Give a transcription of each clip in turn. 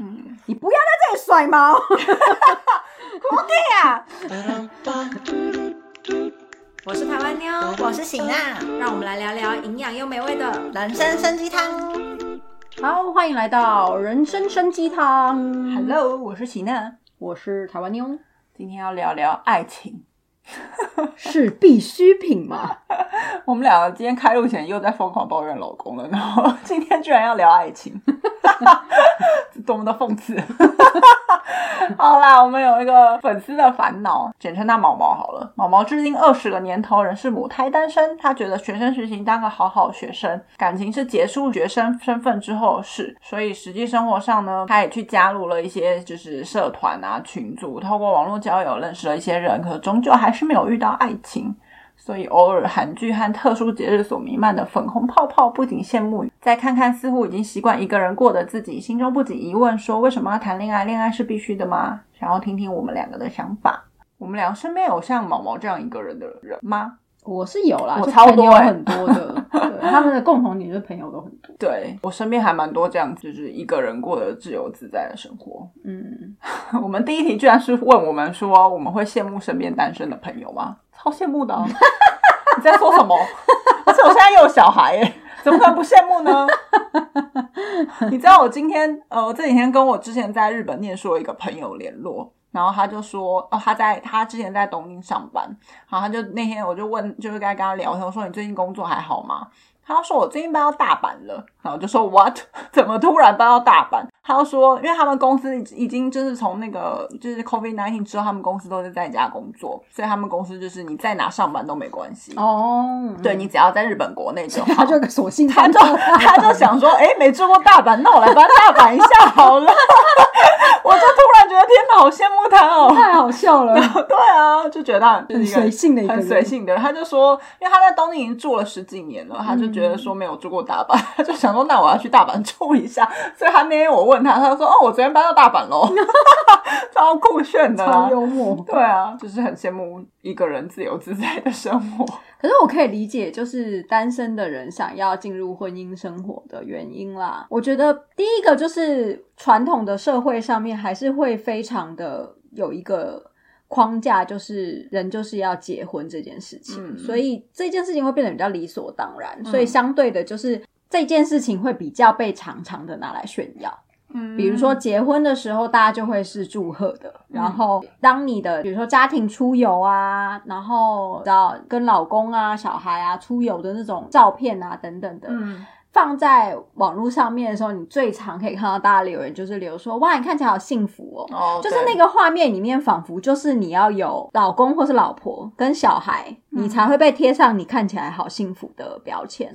嗯，你不要在这里甩毛，我给啊！我是台湾妞，我是醒啊，让我们来聊聊营养又美味的。人生生鸡汤。好，欢迎来到人生生鸡汤。 Hello 我是喜娜，我是台湾妞，今天要聊聊爱情。是必需品嘛？ 我们俩今天开录前又在疯狂抱怨老公了，然后今天居然要聊爱情， 多么的讽刺！ 好啦，我们有一个粉丝的烦恼，简称他毛毛好了。毛毛至今二十个年头仍是母胎单身，他觉得学生时期当个好好学生，感情是结束学生身份之后的事，所以实际生活上呢，他也去加入了一些就是社团啊、群组，透过网络交友认识了一些人，可终究还是没有遇到爱情。所以偶尔韩剧和特殊节日所弥漫的粉红泡泡，不仅羡慕，再看看似乎已经习惯一个人过的自己，心中不禁疑问：说为什么要谈恋爱？恋爱是必须的吗？想要听听我们两个的想法。我们俩身边有像毛毛这样一个人的人吗？我是有啦，我就超朋友多欸很多的，对 他们的共同点就是朋友都很多。对我身边还蛮多这样，就是一个人过得自由自在的生活。 嗯，我们第一题居然是问我们说，我们会羡慕身边单身的朋友吗？超羡慕的啊、 你在说什么？而且我现在又有小孩耶，怎么可能不羡慕呢？ 你知道我今天呃，我这几天跟我之前在日本念书的一个朋友联络，然后他就说，哦，他在他之前在东京上班，然后他就那天我就问，就是该跟他聊天，我说你最近工作还好吗？他就说我最近搬到大阪了，然后我就说 what？怎么突然搬到大阪？他就说，因为他们公司已已经就是从那个就是 COVID nineteen 之后，他们公司都是在家工作，所以他们公司就是你在哪上班都没关系。哦，对你只要在日本国内就 他好，就索性 他搬就到大阪 他就想说，哎、没住过大阪，那我来搬大阪一下好了。 我就突然觉得，天哪，好羡慕他 哦。太好笑了，对啊，就觉得他很就是一个随性的一个人，很随性的人。他就说，因为他在东京已经住了十几年了，他就觉嗯得说没有住过大阪， 他就想说，那我要去大阪住一下。所以他那天我问他，他就说，哦，我昨天搬到大阪喽， 超酷炫的啦超。幽默。对啊，就是很羡慕一个人自由自在的生活。可是我可以理解，就是单身的人想要进入婚姻生活的原因啦。我觉得第一个就是传统的社会上面还是会非常的有一个框架，就是人就是要结婚这件事情，嗯所以这件事情会变得比较理所当然。所以嗯相对的，就是这件事情会比较被常常的拿来炫耀。嗯比如说结婚的时候，大家就会是祝贺的。然后，当你的比如说家庭出游啊，然后到跟老公啊、小孩啊出游的那种照片啊等等的，嗯。放在网络上面的时候，你最常可以看到大家留言就是留说：“哇，你看起来好幸福哦。”哦，就是对那个画面里面，仿佛就是你要有老公或是老婆跟小孩，嗯你才会被贴上你看起来好幸福的标签，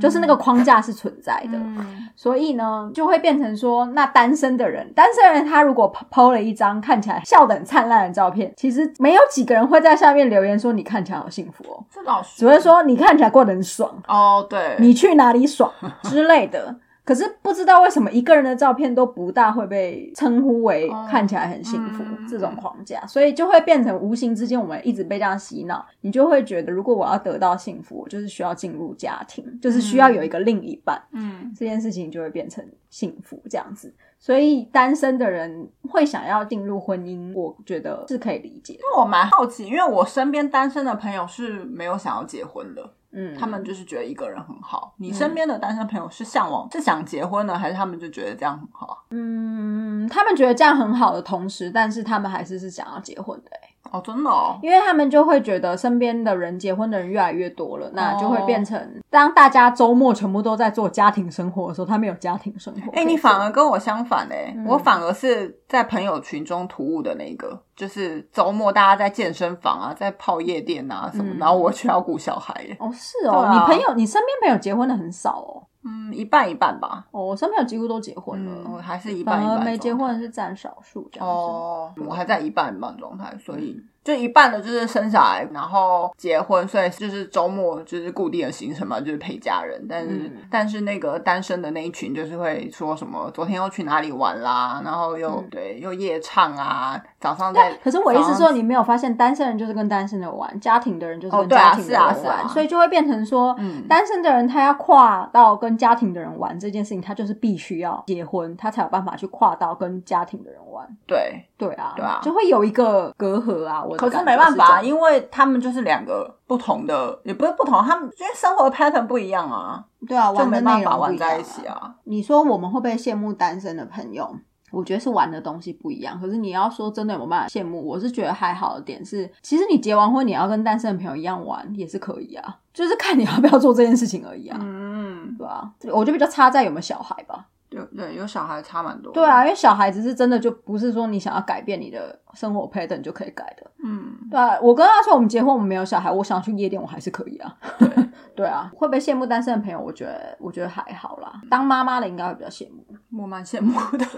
就是那个框架是存在的。嗯所以呢，就会变成说，那单身的人，单身人他如果 po- PO 了一张看起来笑得很灿烂的照片，其实没有几个人会在下面留言说你看起来好幸福哦，这倒是，只会说你看起来过得很爽，哦，对，你去哪里爽之类的。嗯可是不知道为什么，一个人的照片都不大会被称呼为哦看起来很幸福、嗯这种框架，所以就会变成无形之间我们一直被这样洗脑，你就会觉得，如果我要得到幸福，我就是需要进入家庭，就是需要有一个另一半。嗯这件事情就会变成幸福这样子。所以单身的人会想要进入婚姻，我觉得是可以理解的。我蛮好奇，因为我身边单身的朋友是没有想要结婚的，嗯，他们就是觉得一个人很好。你身边的单身朋友是向往是想结婚呢，还是他们就觉得这样很好啊？嗯，他们觉得这样很好的同时，但是他们还是是想要结婚的欸、哦，真的哦，因为他们就会觉得身边的人结婚的人越来越多了，那就会哦变成当大家周末全部都在做家庭生活的时候，他们有家庭生活可以做。哎、你反而跟我相反哎、嗯我反而是在朋友群中突兀的那一个，就是周末大家在健身房啊，在泡夜店啊什么，嗯然后我去要顾小孩、欸，哦是哦，对啊你朋友你身边朋友结婚的很少哦，嗯，一半一半吧，哦我身边朋友几乎都结婚了，嗯，我还是一半一反半而的没结状态哦婚的是占少数这样子。哦，我还在一半一半状态，所以就一半的就是生小孩，然后结婚，所以就是周末就是固定的行程嘛，就是陪家人。但是、嗯但是那个单身的那一群就是会说什么昨天又去哪里玩啦，然后又、对又夜唱啊，早上在。可是我意思早说，上你没有发现单身人就是跟单身的玩，家庭的人就是哦跟对啊家庭的人玩，是啊是啊所以就会变成说，嗯单身的人他要跨到跟家庭的人玩这件事情，他就是必须要结婚，他才有办法去跨到跟家庭的人玩。对，对啊，对啊就会有一个隔阂啊。我的可是感没觉办这样法，因为他们就是两个不同的，也不是不同，他们因为生活的 pattern 不一样啊，对啊，就玩的没内办容法不玩一样在一起。啊。你说我们会不会羡慕单身的朋友？我觉得是玩的东西不一样，可是你要说真的有没有办法羡慕，我是觉得还好的点是，其实你结完婚你要跟单身的朋友一样玩也是可以啊，就是看你要不要做这件事情而已啊，嗯，对啊，我就比较差在有没有小孩吧，对对，有小孩差蛮多。对啊，，因为小孩子是真的就不是说你想要改变你的生活 pattern 就可以改的，嗯，对啊，我跟他说我们结婚我们没有小孩，我想要去夜店我还是可以啊，对 对啊，会不会羡慕单身的朋友？我觉得我觉得还好啦，当妈妈的应该会比较羡慕。我蛮羡慕的。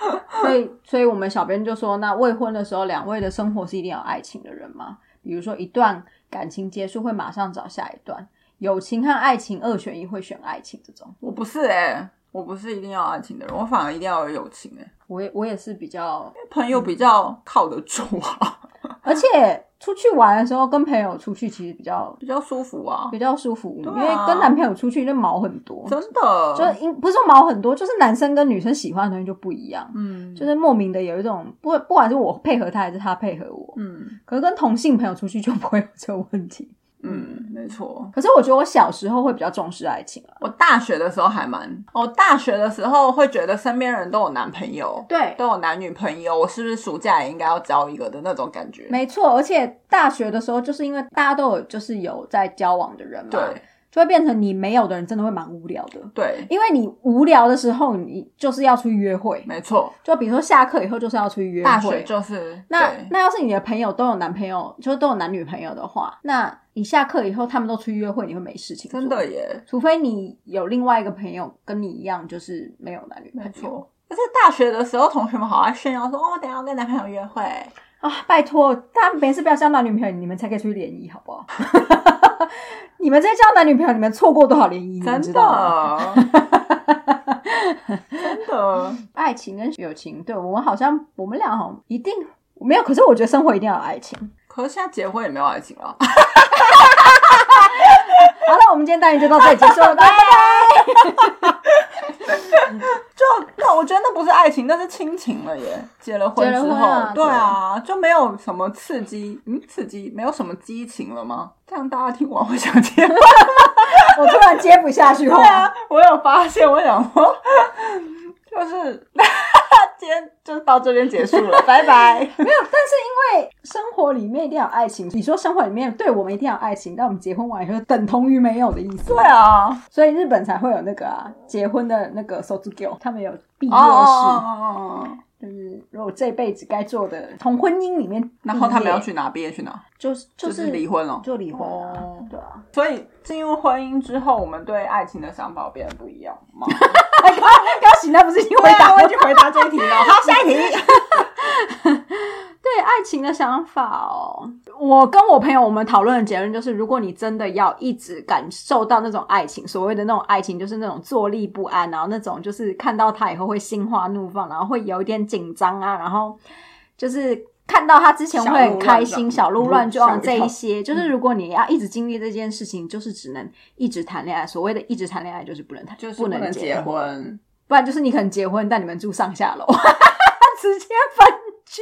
所以，所以我们小编就说，那未婚的时候，两位的生活是一定要有爱情的人吗？比如说，一段感情结束会马上找下一段，友情和爱情二选一会选爱情这种。我不是哎、我不是一定要爱情的人，我反而一定要有友情哎、我也我也是比较，朋友比较靠得住啊， 而且出去玩的时候跟朋友出去其实比较比较舒服啊比，较舒服，对啊因为跟男朋友出去就毛很多，真的。就因不是说毛很多，就是男生跟女生喜欢的东西就不一样，嗯，就是莫名的有一种不不管是我配合他还是他配合我，嗯可是跟同性朋友出去就不会有这个问题。嗯，没错。可是我觉得我小时候会比较重视爱情啊。我大学的时候还蛮，我大学的时候会觉得身边人都有男朋友，对，都有男女朋友，我是不是暑假也应该要交一个的那种感觉？没错。而且大学的时候，就是因为大家都有就是有在交往的人嘛，对，就会变成你没有的人真的会蛮无聊的。对，因为你无聊的时候，你就是要出去约会，没错，就比如说下课以后就是要出去约会。大学就是那对那要是你的朋友都有男朋友，就是都有男女朋友的话，那你下课以后他们都出去约会，你会没事情做真的耶，除非你有另外一个朋友跟你一样，就是没有男女朋没友。错。而且大学的时候，同学们好爱炫耀说：“哦，我等一下要跟男朋友约会。啊，拜托，大家没事不要交男女朋友，你们才可以出去联谊，好不好？ 你们在交男女朋友，你们错过多少联谊，”你们真知道吗？的， 真的，爱情跟友情，对我们好像，我们俩好像一定没有。可是我觉得生活一定要有爱情。可是现在结婚也没有爱情了。好了，我们今天单元就到这里结 束了，拜拜。就那我觉得那不是爱情，那是亲情了耶。结了婚结之了后，婚啊对啊，就没有什么刺激，嗯，刺激没有什么激情了吗？这样大家听完会想结婚。我突然接不下去对话，啊，我有发现，我想说， 就是 今天就是到这边结束了，拜 拜。没有。但是因为生活里面一定要有爱情，你说生活里面对我们一定要有爱情，但我们结婚完以后就等同于没有的意思。对啊，所以日本才会有那个啊，结婚的那个 s o t g i l 他们有毕业式。哦哦哦哦，就是如果这辈子该做的，从婚姻里面毕业，然后他们要去哪？毕业去哪？就是就就是离婚了就离婚啊，哦对啊， 所以进入婚姻之后，我们对爱情的想法变得不一样 吗？刚醒那不是因为回答答我已经回答这一题了，好，下一题。对爱情的想法哦。我跟我朋友我们讨论的结论就是，如果你真的要一直感受到那种爱情，所谓的那种爱情，就是那种坐立不安，然后那种就是看到他以后会心花怒放，然后会有一点紧张啊，然后就是。看到他之前会很开心，小小鹿鹿乱乱撞撞这一嗯些，就是如果你要一直经历这件事情，就是只能一直谈恋爱。所谓的一直谈恋爱，就是不能谈， 就是不不能结结，婚，不然就是你可能结婚，但你们住上下楼， 直接分居。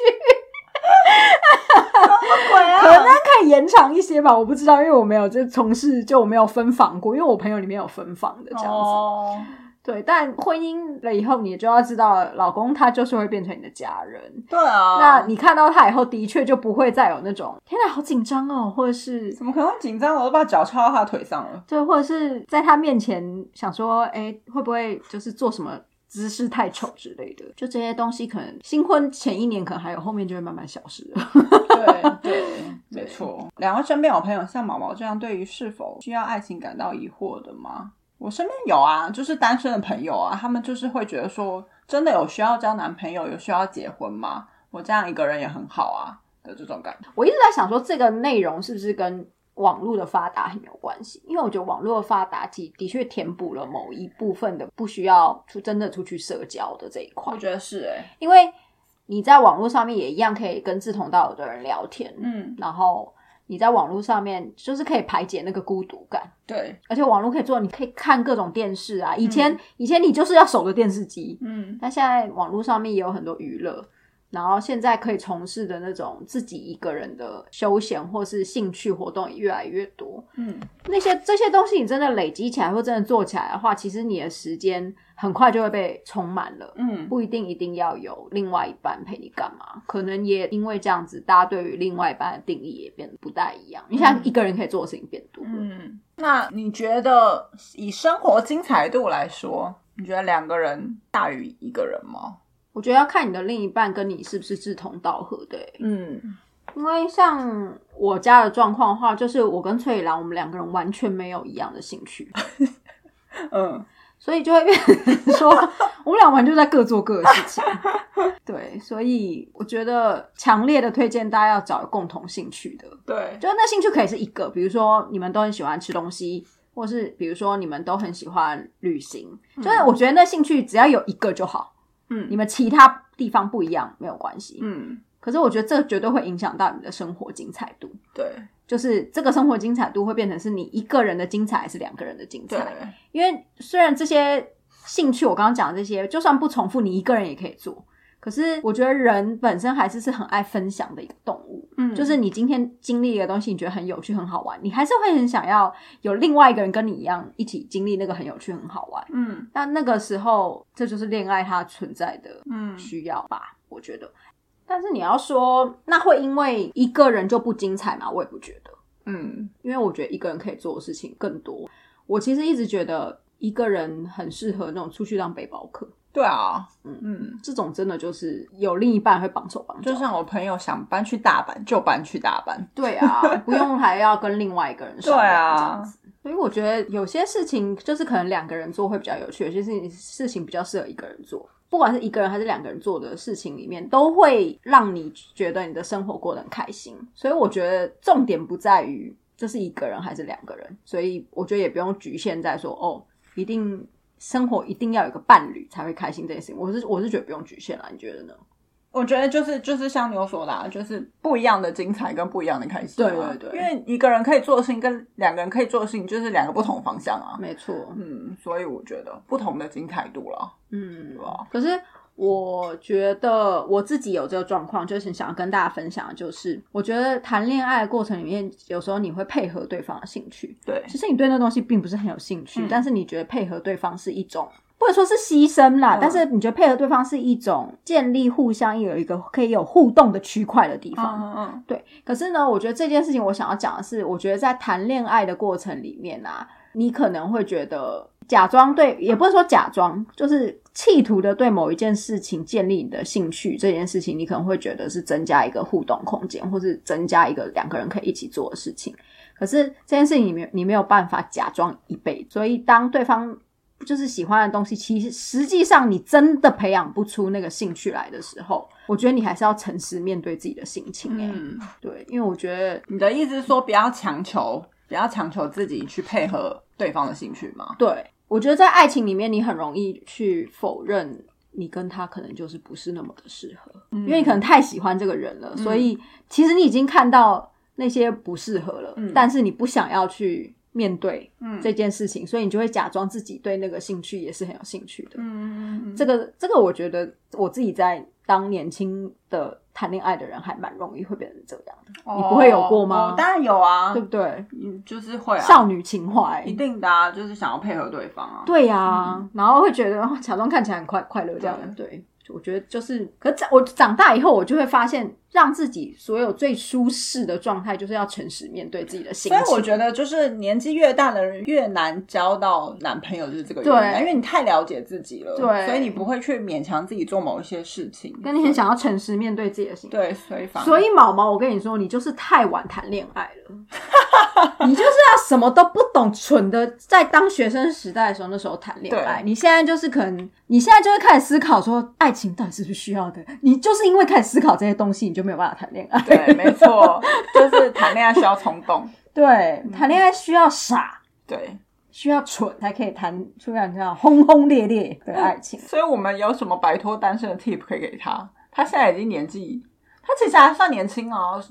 对可能可以延长一些吧，我不知道，因为我没有就从事，就我没有分房过，因为我朋友里面有分房的这样子。哦，对，但婚姻了以后，你就要知道，老公他就是会变成你的家人。对啊，那你看到他以后，的确就不会再有那种天哪，好紧张哦，或者是怎么可能会紧张？我都把脚翘到他腿上了。对，或者是在他面前想说，哎，会不会就是做什么姿势太丑之类的？就这些东西，可能新婚前一年可能还有，后面就会慢慢消失了。对对， 没错。两位身边有朋友像毛毛这样，对于是否需要爱情感到疑惑的吗？我身边有啊，就是单身的朋友啊，他们就是会觉得说，真的有需要交男朋友，有需要结婚吗？我这样一个人也很好啊。的这种感觉。我一直在想说，这个内容是不是跟网络的发达很有关系？因为我觉得网络的发达的的确填补了某一部分的不需要出真的出去社交的这一块我，觉得是哎、因为你在网络上面也一样可以跟志同道合的人聊天，嗯，然后你在网络上面就是可以排解那个孤独感。对，而且网络可以做，你可以看各种电视啊。以前、以前你就是要守着电视机，嗯，但现在网络上面也有很多娱乐，然后现在可以从事的那种自己一个人的休闲或是兴趣活动也越来越多。嗯，那些这些东西你真的累积起来或真的做起来的话，其实你的时间很快就会被充满了。嗯，不一定一定要有另外一半陪你干嘛，可能也因为这样子，大家对于另外一半的定义也变得不太一样。你像一个人可以做的事情变多了，嗯，那你觉得以生活精彩度来说，你觉得两个人大于一个人吗？我觉得要看你的另一半跟你是不是志同道合的欸、嗯，因为像我家的状况的话，就是我跟翠兰，我们两个人完全没有一样的兴趣，嗯，所以就会变成说，我们俩完全在各做各的事情。对，所以我觉得强烈的推荐大家要找有共同兴趣的，对，就是那兴趣可以是一个，比如说你们都很喜欢吃东西，或是比如说你们都很喜欢旅行，就是我觉得那兴趣只要有一个就好，嗯你们其他地方不一样没有关系。嗯，可是我觉得这绝对会影响到你的生活精彩度，对，就是这个生活精彩度会变成是你一个人的精彩还是两个人的精对，彩。因为虽然这些兴趣我刚刚讲的这些，就算不重复，你一个人也可以做。可是我觉得人本身还是是很爱分享的一个动物，嗯就是你今天经历一个东西，你觉得很有趣、很好玩，你还是会很想要有另外一个人跟你一样一起经历那个很有趣、很好玩。嗯那那个时候，这就是恋爱它存在的嗯需要吧，我觉得。但是你要说，那会因为一个人就不精彩吗？我也不觉得，嗯因为我觉得一个人可以做的事情更多。我其实一直觉得一个人很适合那种出去当背包客，对啊，嗯嗯，这种真的就是有另一半会绑手绑脚就。像我朋友想搬去大阪就搬去大阪，对啊，不用还要跟另外一个人商量对啊这样子。所以我觉得有些事情就是可能两个人做会比较有趣，有些事情事情比较适合一个人做。不管是一个人还是两个人做的事情里面，都会让你觉得你的生活过得很开心。所以我觉得重点不在于这是一个人还是两个人，所以我觉得也不用局限在说哦，一定生活一定要有个伴侣才会开心这件事情。我是我是觉得不用局限啦，你觉得呢？我觉得就是就是像牛说的、啊，就是不一样的精彩跟不一样的开心、啊。对对对因为一个人可以做的事情跟两个人可以做的事情就是两个不同方向啊。没错，嗯，所以我觉得不同的精彩度了。嗯对啊可是我觉得我自己有这个状况，就是很想要跟大家分享，的就是我觉得谈恋爱的过程里面，有时候你会配合对方的兴趣，对其实你对那东西并不是很有兴趣，嗯但是你觉得配合对方是一种。或者说是牺牲啦，嗯但是你觉得配合对方是一种建立互相有一个可以有互动的区块的地方，嗯对，可是呢，我觉得这件事情我想要讲的是，我觉得在谈恋爱的过程里面啊，你可能会觉得假装对，也不是说假装，就是企图的对某一件事情建立你的兴趣，这件事情你可能会觉得是增加一个互动空间，或是增加一个两个人可以一起做的事情。可是这件事情你没有你没有办法假装一辈子，所以当对方就是喜欢的东西，其实实际上你真的培养不出那个兴趣来的时候，我觉得你还是要诚实面对自己的心情、欸。嗯，对，因为我觉得你的意思是说不要强求，不要强求自己去配合对方的兴趣吗？对，我觉得在爱情里面，你很容易去否认你跟他可能就是不是那么的适合，嗯因为你可能太喜欢这个人了，所以其实你已经看到那些不适合了，嗯但是你不想要去面对嗯这件事情，所以你就会假装自己对那个兴趣也是很有兴趣的。嗯这个这个，我觉得我自己在当年轻的谈恋爱的人，还蛮容易会变成这样的，你不会有过吗哦当然有啊对，不对？嗯，就是会啊，少女情怀，一定的啊，就是想要配合对方啊。对呀、然后会觉得哦假装看起来很快快乐这样。嗯对，我觉得就是，可长我长大以后，我就会发现，让自己所有最舒适的状态，就是要诚实面对自己的心所情。以我觉得，就是年纪越大的人越难交到男朋友，就是这个对原因，因为你太了解自己了，对所以你不会去勉强自己做某一些事情，跟你很想要诚实面对自己的心情。对，所以反而所以毛毛，我跟你说，你就是太晚谈恋爱了。你就是要什么都不懂，蠢的在当学生时代的时候，那时候谈恋爱。对你现在就是可能，你现在就会开始思考说，爱情到底是不是需要的？你就是因为开始思考这些东西，你就没有办法谈恋爱。对，没错，就是谈恋爱需要冲动，对，谈恋爱需要傻，对，需要蠢，才可以谈出让你这样轰轰烈烈的爱情。所以我们有什么摆脱单身的 tip 可以给他？他现在已经年纪，他其实还算年轻哦，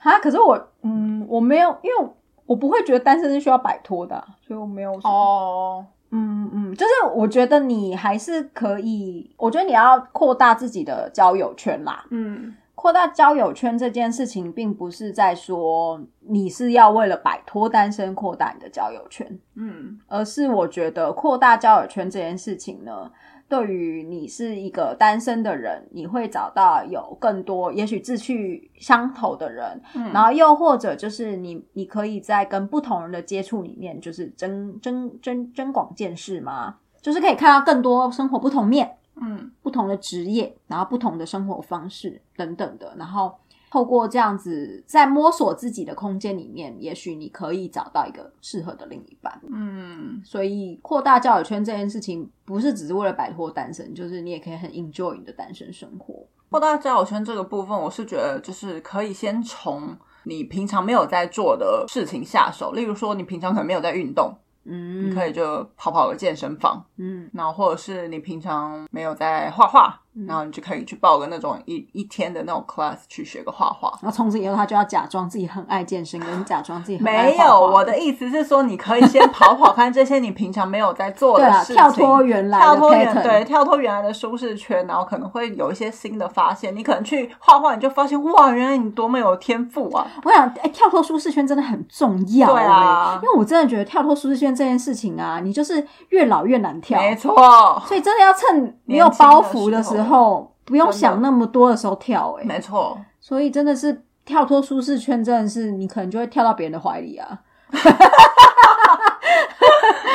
啊，可是我，嗯，我没有，因为我不会觉得单身是需要摆脱的啊，所以我没有。哦，嗯嗯，就是我觉得你还是可以，我觉得你要扩大自己的交友圈啦。嗯，扩大交友圈这件事情，并不是在说你是要为了摆脱单身扩大你的交友圈，嗯，而是我觉得扩大交友圈这件事情呢，对于你是一个单身的人，你会找到有更多也许志趣相投的人，嗯然后又或者就是你，你可以在跟不同人的接触里面，就是增增增增广见识嘛，就是可以看到更多生活不同面、嗯，不同的职业，然后不同的生活方式等等的，然后透过这样子在摸索自己的空间里面，也许你可以找到一个适合的另一半。嗯，所以扩大交友圈这件事情，不是只是为了摆脱单身，就是你也可以很 enjoy 你的单身生活。扩大交友圈这个部分，我是觉得就是可以先从你平常没有在做的事情下手，例如说你平常可能没有在运动，嗯，你可以，就跑跑个健身房，嗯然后或者是你平常没有在画画，嗯然后你就可以去报个那种一一天的那种 class 去学个画画。然后从此以后，他就要假装自己很爱健身，跟假装自己很爱没画有，画我的意思是说，你可以先跑跑看这些你平常没有在做对的啦，事情，跳脱原来的跳脱原 pattern 对，跳脱原来的舒适圈，然后可能会有一些新的发现。你可能去画画，你就发现哇，原来你多么有天赋啊！我想，哎、跳脱舒适圈真的很重要、对啊哎因为我真的觉得跳脱舒适圈这件事情啊，你就是越老越难跳，没错，所以真的要趁没有包袱的时年轻的时候，不用真的想那么多的时候跳、哎，没错，所以真的是跳脱舒适圈，真的是你可能就会跳到别人的怀里啊。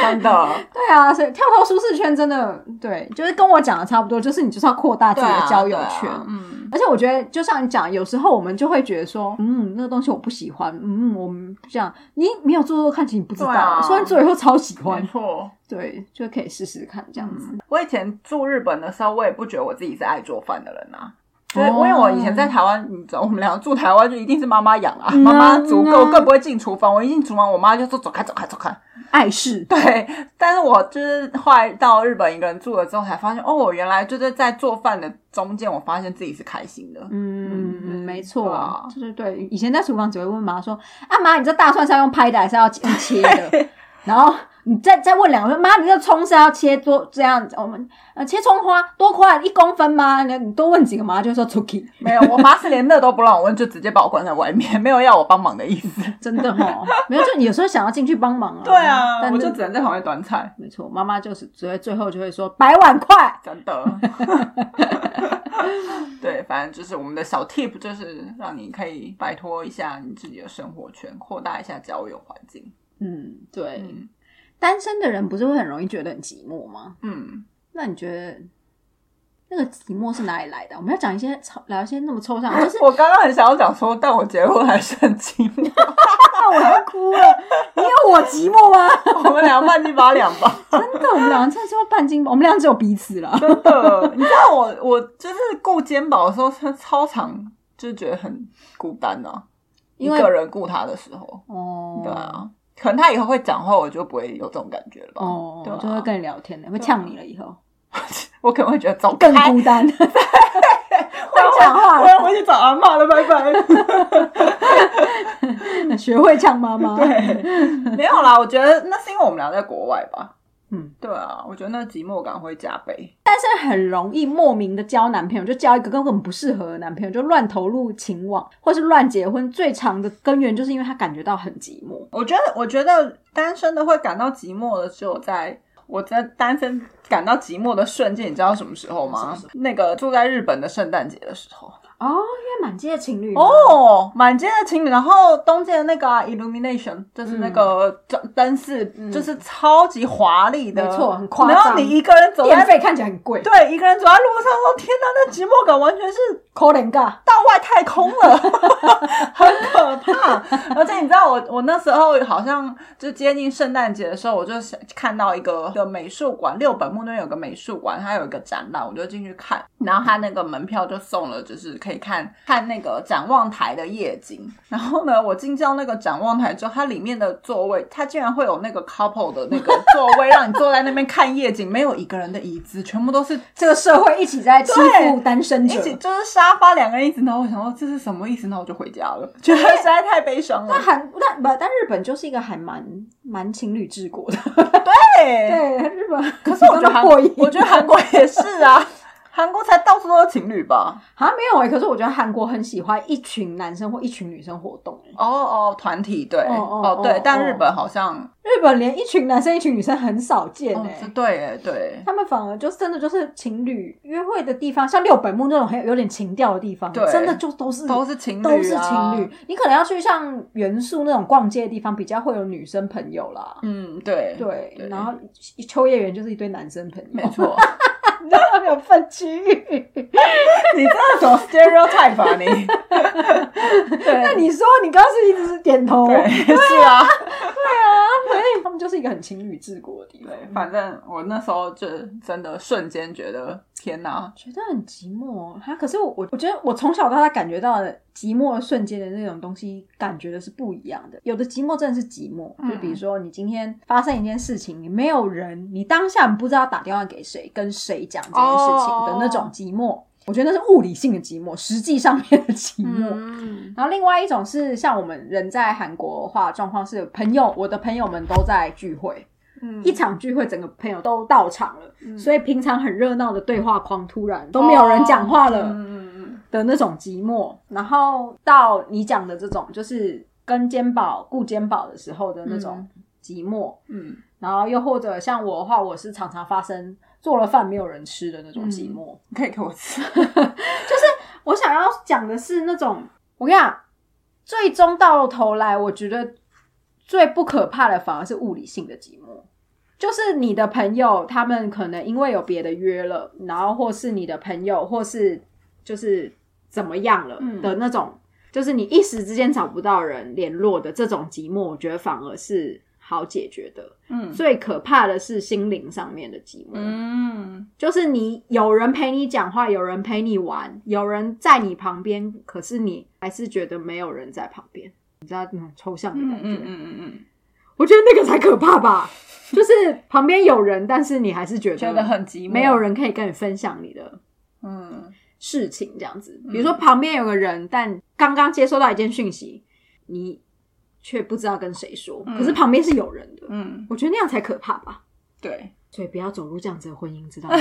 真的对啊，所以跳脱舒适圈真的对，就是跟我讲的差不多，就是你就是要扩大 自对己的啊，交友对啊圈。嗯，而且我觉得，就像你讲，有时候我们就会觉得说，嗯，那个东西我不喜欢，嗯，我们不这样，你没有做做看，其实你不知道，对啊虽然做以后超喜没欢，错。对，就可以试试看这样子。我以前住日本的时候，我也不觉得我自己是爱做饭的人啊。所以，哦因为我以前在台湾，你知道，我们俩住台湾就一定是妈妈养啊，嗯啊妈妈足够，嗯啊更不会进厨房。我一进厨房，我妈就说走开，走开，走开。爱是， 对，但是我就是后来到日本一个人住了之后，才发现哦，我原来就是在做饭的中间，我发现自己是开心的。嗯，嗯没错，对啊对对对。以前在厨房只会问妈说，啊妈，你这大蒜是要用拍的还是要用切的？然后你再再问两个说，妈，你这葱是要切多这样子？我们呃切葱花多宽一公分吗？你你多问几个妈就说 Tuki，没有，我妈是连那都不让我问，就直接把我关在外面，没有要我帮忙的意思。真的哦， 没有，就你有时候想要进去帮忙啊。但我是就只能在旁边端菜，没错，妈妈就是只会最后就会说摆碗筷。 真的。对，反正就是我们的小 tip，就是让你可以摆脱一下你自己的生活圈，扩大一下交友环境。嗯，对，嗯单身的人不是会很容易觉得很寂寞吗？嗯，那你觉得那个寂寞是哪里来的？我们要讲一些抽聊一些那么抽象， 就是我刚刚很想要讲说，但我结婚还是很寂寞，啊，我要哭了，你有我寂寞吗？ 我们俩半斤八两吧。真的，我们两个真的是要半斤八，我们俩只有彼此了。真的， 你知道我我就是顾肩膀的时候，他超常就是觉得很孤单啊，一因为个人顾他的时候，哦，对啊，可能他以后会讲话，我就不会有这种感觉了吧，哦，对啊就会跟你聊天的，会呛你了以后我可能会觉得走更开孤单，会讲话我 了，要回去找阿妈了，拜拜。 学会呛妈妈。 对， 没有啦，我觉得那是因为我们俩在国外吧，嗯，对啊，我觉得那寂寞感会加倍，很容易莫名的交男朋友，就交一个根本不适合的男朋友，就乱投入情网，或是乱结婚。最长的根源就是因为他感觉到很寂寞。我觉得，我觉得单身的会感到寂寞的，只有在我在单身感到寂寞的瞬间，你知道什么时候吗？那个住在日本的圣诞节的时候，哦，因为满街的情侣嘛，哦，满街的情侣，然后东街的那个、啊、Illumination 就是那个灯灯饰，就是超级华丽的，嗯没错很夸张然后你一个人走电在费看起来很贵，对，一个人走在路上，哦天哪，那寂寞感完全是可怜噶，到外太空了， 很可怕。而且你知道我，我那时候好像就接近圣诞节的时候，我就想看到一个一个美术馆，六本木那边有个美术馆，它有一个展览，我就进去看。然后它那个门票就送了，就是可以看 看那个展望台的夜景。然后呢，我进到那个展望台之后，它里面的座位，它竟然会有那个 couple 的那个座位，让你坐在那边看夜景，没有一个人的椅子，全部都是这个社会一起在欺负对单身者一。起就是沙发两个人一直，然后我想说这是什么意思，然后我就回家了，觉得实在太悲伤了那。韩那不，但日本就是一个还蛮蛮情侣治国的，对， 对日本。可 是我觉得韩，过瘾我觉得韩国也是啊， 韩国才到处都是情侣吧？好像没有哎、可是我觉得韩国很喜欢一群男生或一群女生活动、欸，哦哦，团体对，哦哦哦哦对，但哦日本好像，日本连一群男生一群女生很少见哦哎、是对哎对他们反而就真的就是情侣约会的地方，像六本木那种很有有点情调的地方，对真的就都是都是情侣、啊，都是情侣。。你可能要去像元素那种逛街的地方，比较会有女生朋友啦。嗯，对对，哦然后秋叶原就是一堆男生朋友， 没，错，没有分区域。 你这种 stereotype 啊 你，那你说你刚刚是一直是点头，对是啊。对他们就是一个很情侣治国的地方对，，反正我那时候就真的瞬间觉得，天哪！觉得很寂寞哈、可是我我我觉得我从小到大感觉到的寂寞的瞬间的那种东西，感觉的是不一样的。有的寂寞真的是寂寞，嗯就比如说你今天发生一件事情，你没有人，你当下你不知道打电话给谁、跟谁讲这件事情的那种寂寞。我觉得那是物理性的寂寞，实际上面的寂寞。嗯，然后另外一种是像我们人在韩国的话，状况是朋友，我的朋友们都在聚会，嗯一场聚会，整个朋友都到场了，嗯所以平常很热闹的对话框突然都没有人讲话了、嗯的那种寂寞，然后到你讲的这种就是跟肩膀顾肩膀的时候的那种寂寞，嗯然后又或者像我的话，我是常常发生做了饭没有人吃的那种寂寞。嗯，可以给我 吃。我想要讲的是那种，我跟你讲，最终到头来，我觉得最不可怕的反而是物理性的寂寞，就是你的朋友他们可能因为有别的约了，然后或是你的朋友或是就是怎么样了嗯的那种，就是你一时之间找不到人联络的这种寂寞，我觉得反而是好解决的。嗯最可怕的是心灵上面的寂寞。嗯，就是你有人陪你讲话，有人陪你玩，有人在你旁边，可是你还是觉得没有人在旁边，你知道那种抽象的嗯感觉？嗯嗯我觉得那个才可怕吧，就是旁边有人，但是你还是觉得嗯，觉得很寂寞，没有，人可以跟你分享你的嗯事情，这样子。比如说旁边有个人，但刚刚接收到一件讯息，你却不知道跟谁说，嗯可是旁边是有人的，嗯，我觉得那样才可怕吧。对。所以不要走入这样子的婚姻，知道吗？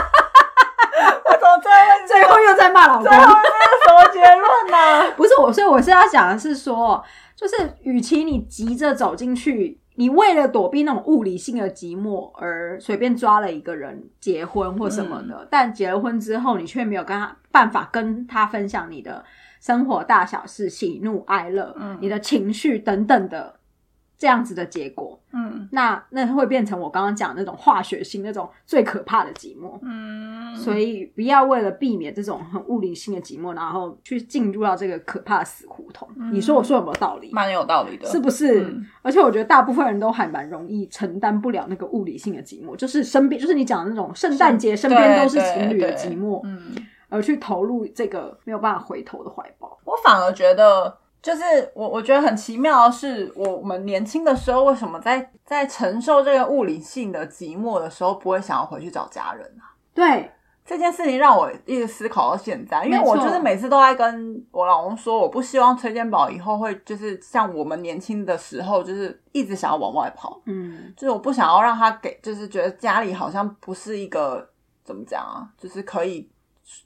我怎么最 后最后又在骂老公最。后是什么结论呢？不是我，所以我是要讲的是说，就是与其你急着走进去，你为了躲避那种物理性的寂寞而随便抓了一个人结婚或什么的，但结了婚之后，你却没有跟他办法跟他分享你的生活大小事、喜怒哀乐、嗯你的情绪等等的这样子的结果，嗯那那会变成我刚刚讲的那种化学性、那种最可怕的寂寞。嗯，所以不要为了避免这种很物理性的寂寞，然后去进入到这个可怕的死胡同。你说我说有没有道理？嗯蛮有道理的，是不是？嗯而且我觉得大部分人都还蛮容易承担不了那个物理性的寂寞，就是身边就是你讲的那种圣诞节身边都是情侣的寂寞，嗯，而去投入这个没有办法回头的怀抱。我反而觉得，就是我我觉得很奇妙的是，我们年轻的时候为什么在在承受这个物理性的寂寞的时候，不会想要回去找家人啊？对，这件事情让我一直思考到现在，因为没错我就是每次都在跟我老公说，我不希望崔健宝以后会就是像我们年轻的时候，就是一直想要往外跑，嗯，就是我不想要让他给，就是觉得家里好像不是一个怎么讲啊，就是可以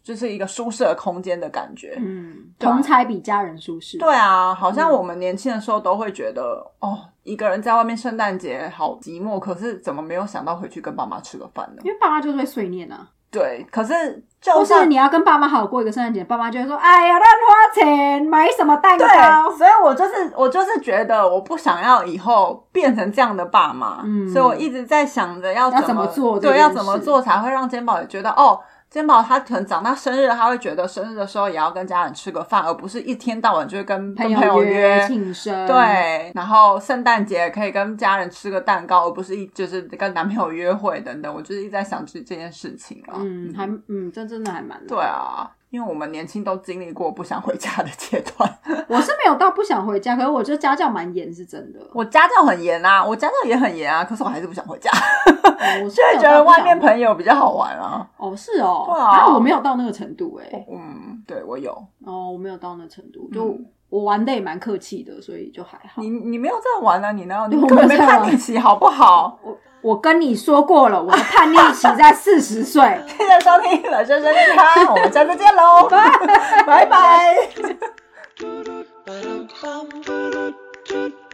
就是一个舒适的空间的感觉，嗯，对啊同才比家人舒适。对啊，好像我们年轻的时候都会觉得，哦，一个人在外面圣诞节好寂寞，可是怎么没有想到回去跟爸妈吃个饭呢？因为爸妈就是会碎念啊，对，可是或就是算你要跟爸妈好好过一个圣诞节，爸妈就会说：“哎呀，乱花钱，买什么 蛋糕对，啊所以我就是我就是觉得我不想要以后变成这样的爸妈，嗯所以我一直在想着要要怎怎么做这对，件要怎么事做才会让肩膀也觉得哦。肩膀他可能长大生日，他会觉得生日的时候也要跟家人吃个饭，而不是一天到晚就是跟跟朋友友约。庆生，，对，然后圣诞节可以跟家人吃个蛋糕，而不是一就是跟男朋友约会等等。我就是一直在想这这件事情啊。嗯，还嗯，这真的还蛮难对啊，因为我们年轻都经历过不想回家的阶段。我是没有到不想回家，可是我觉得家教蛮严，是真的。我家教很严啊，我家教也很严啊，可是我还是不想回家， 哦我是就没会有觉到得不外想面朋友比较好玩啊。哦，是哦，对啊啊，我没有到那个程度哎、嗯，对我有，哦，我没有到那个程度，就、我玩的也蛮客气的，所以就还好嗯你。你没有在玩啊，你呢？你我根本没没有在玩叛逆期，好不好？我跟你说过了，我的叛逆期在四十岁。谢谢收听《人生生日餐》，我们下次见喽， 拜拜。 Ba-dum-bum, ba-dum-bum.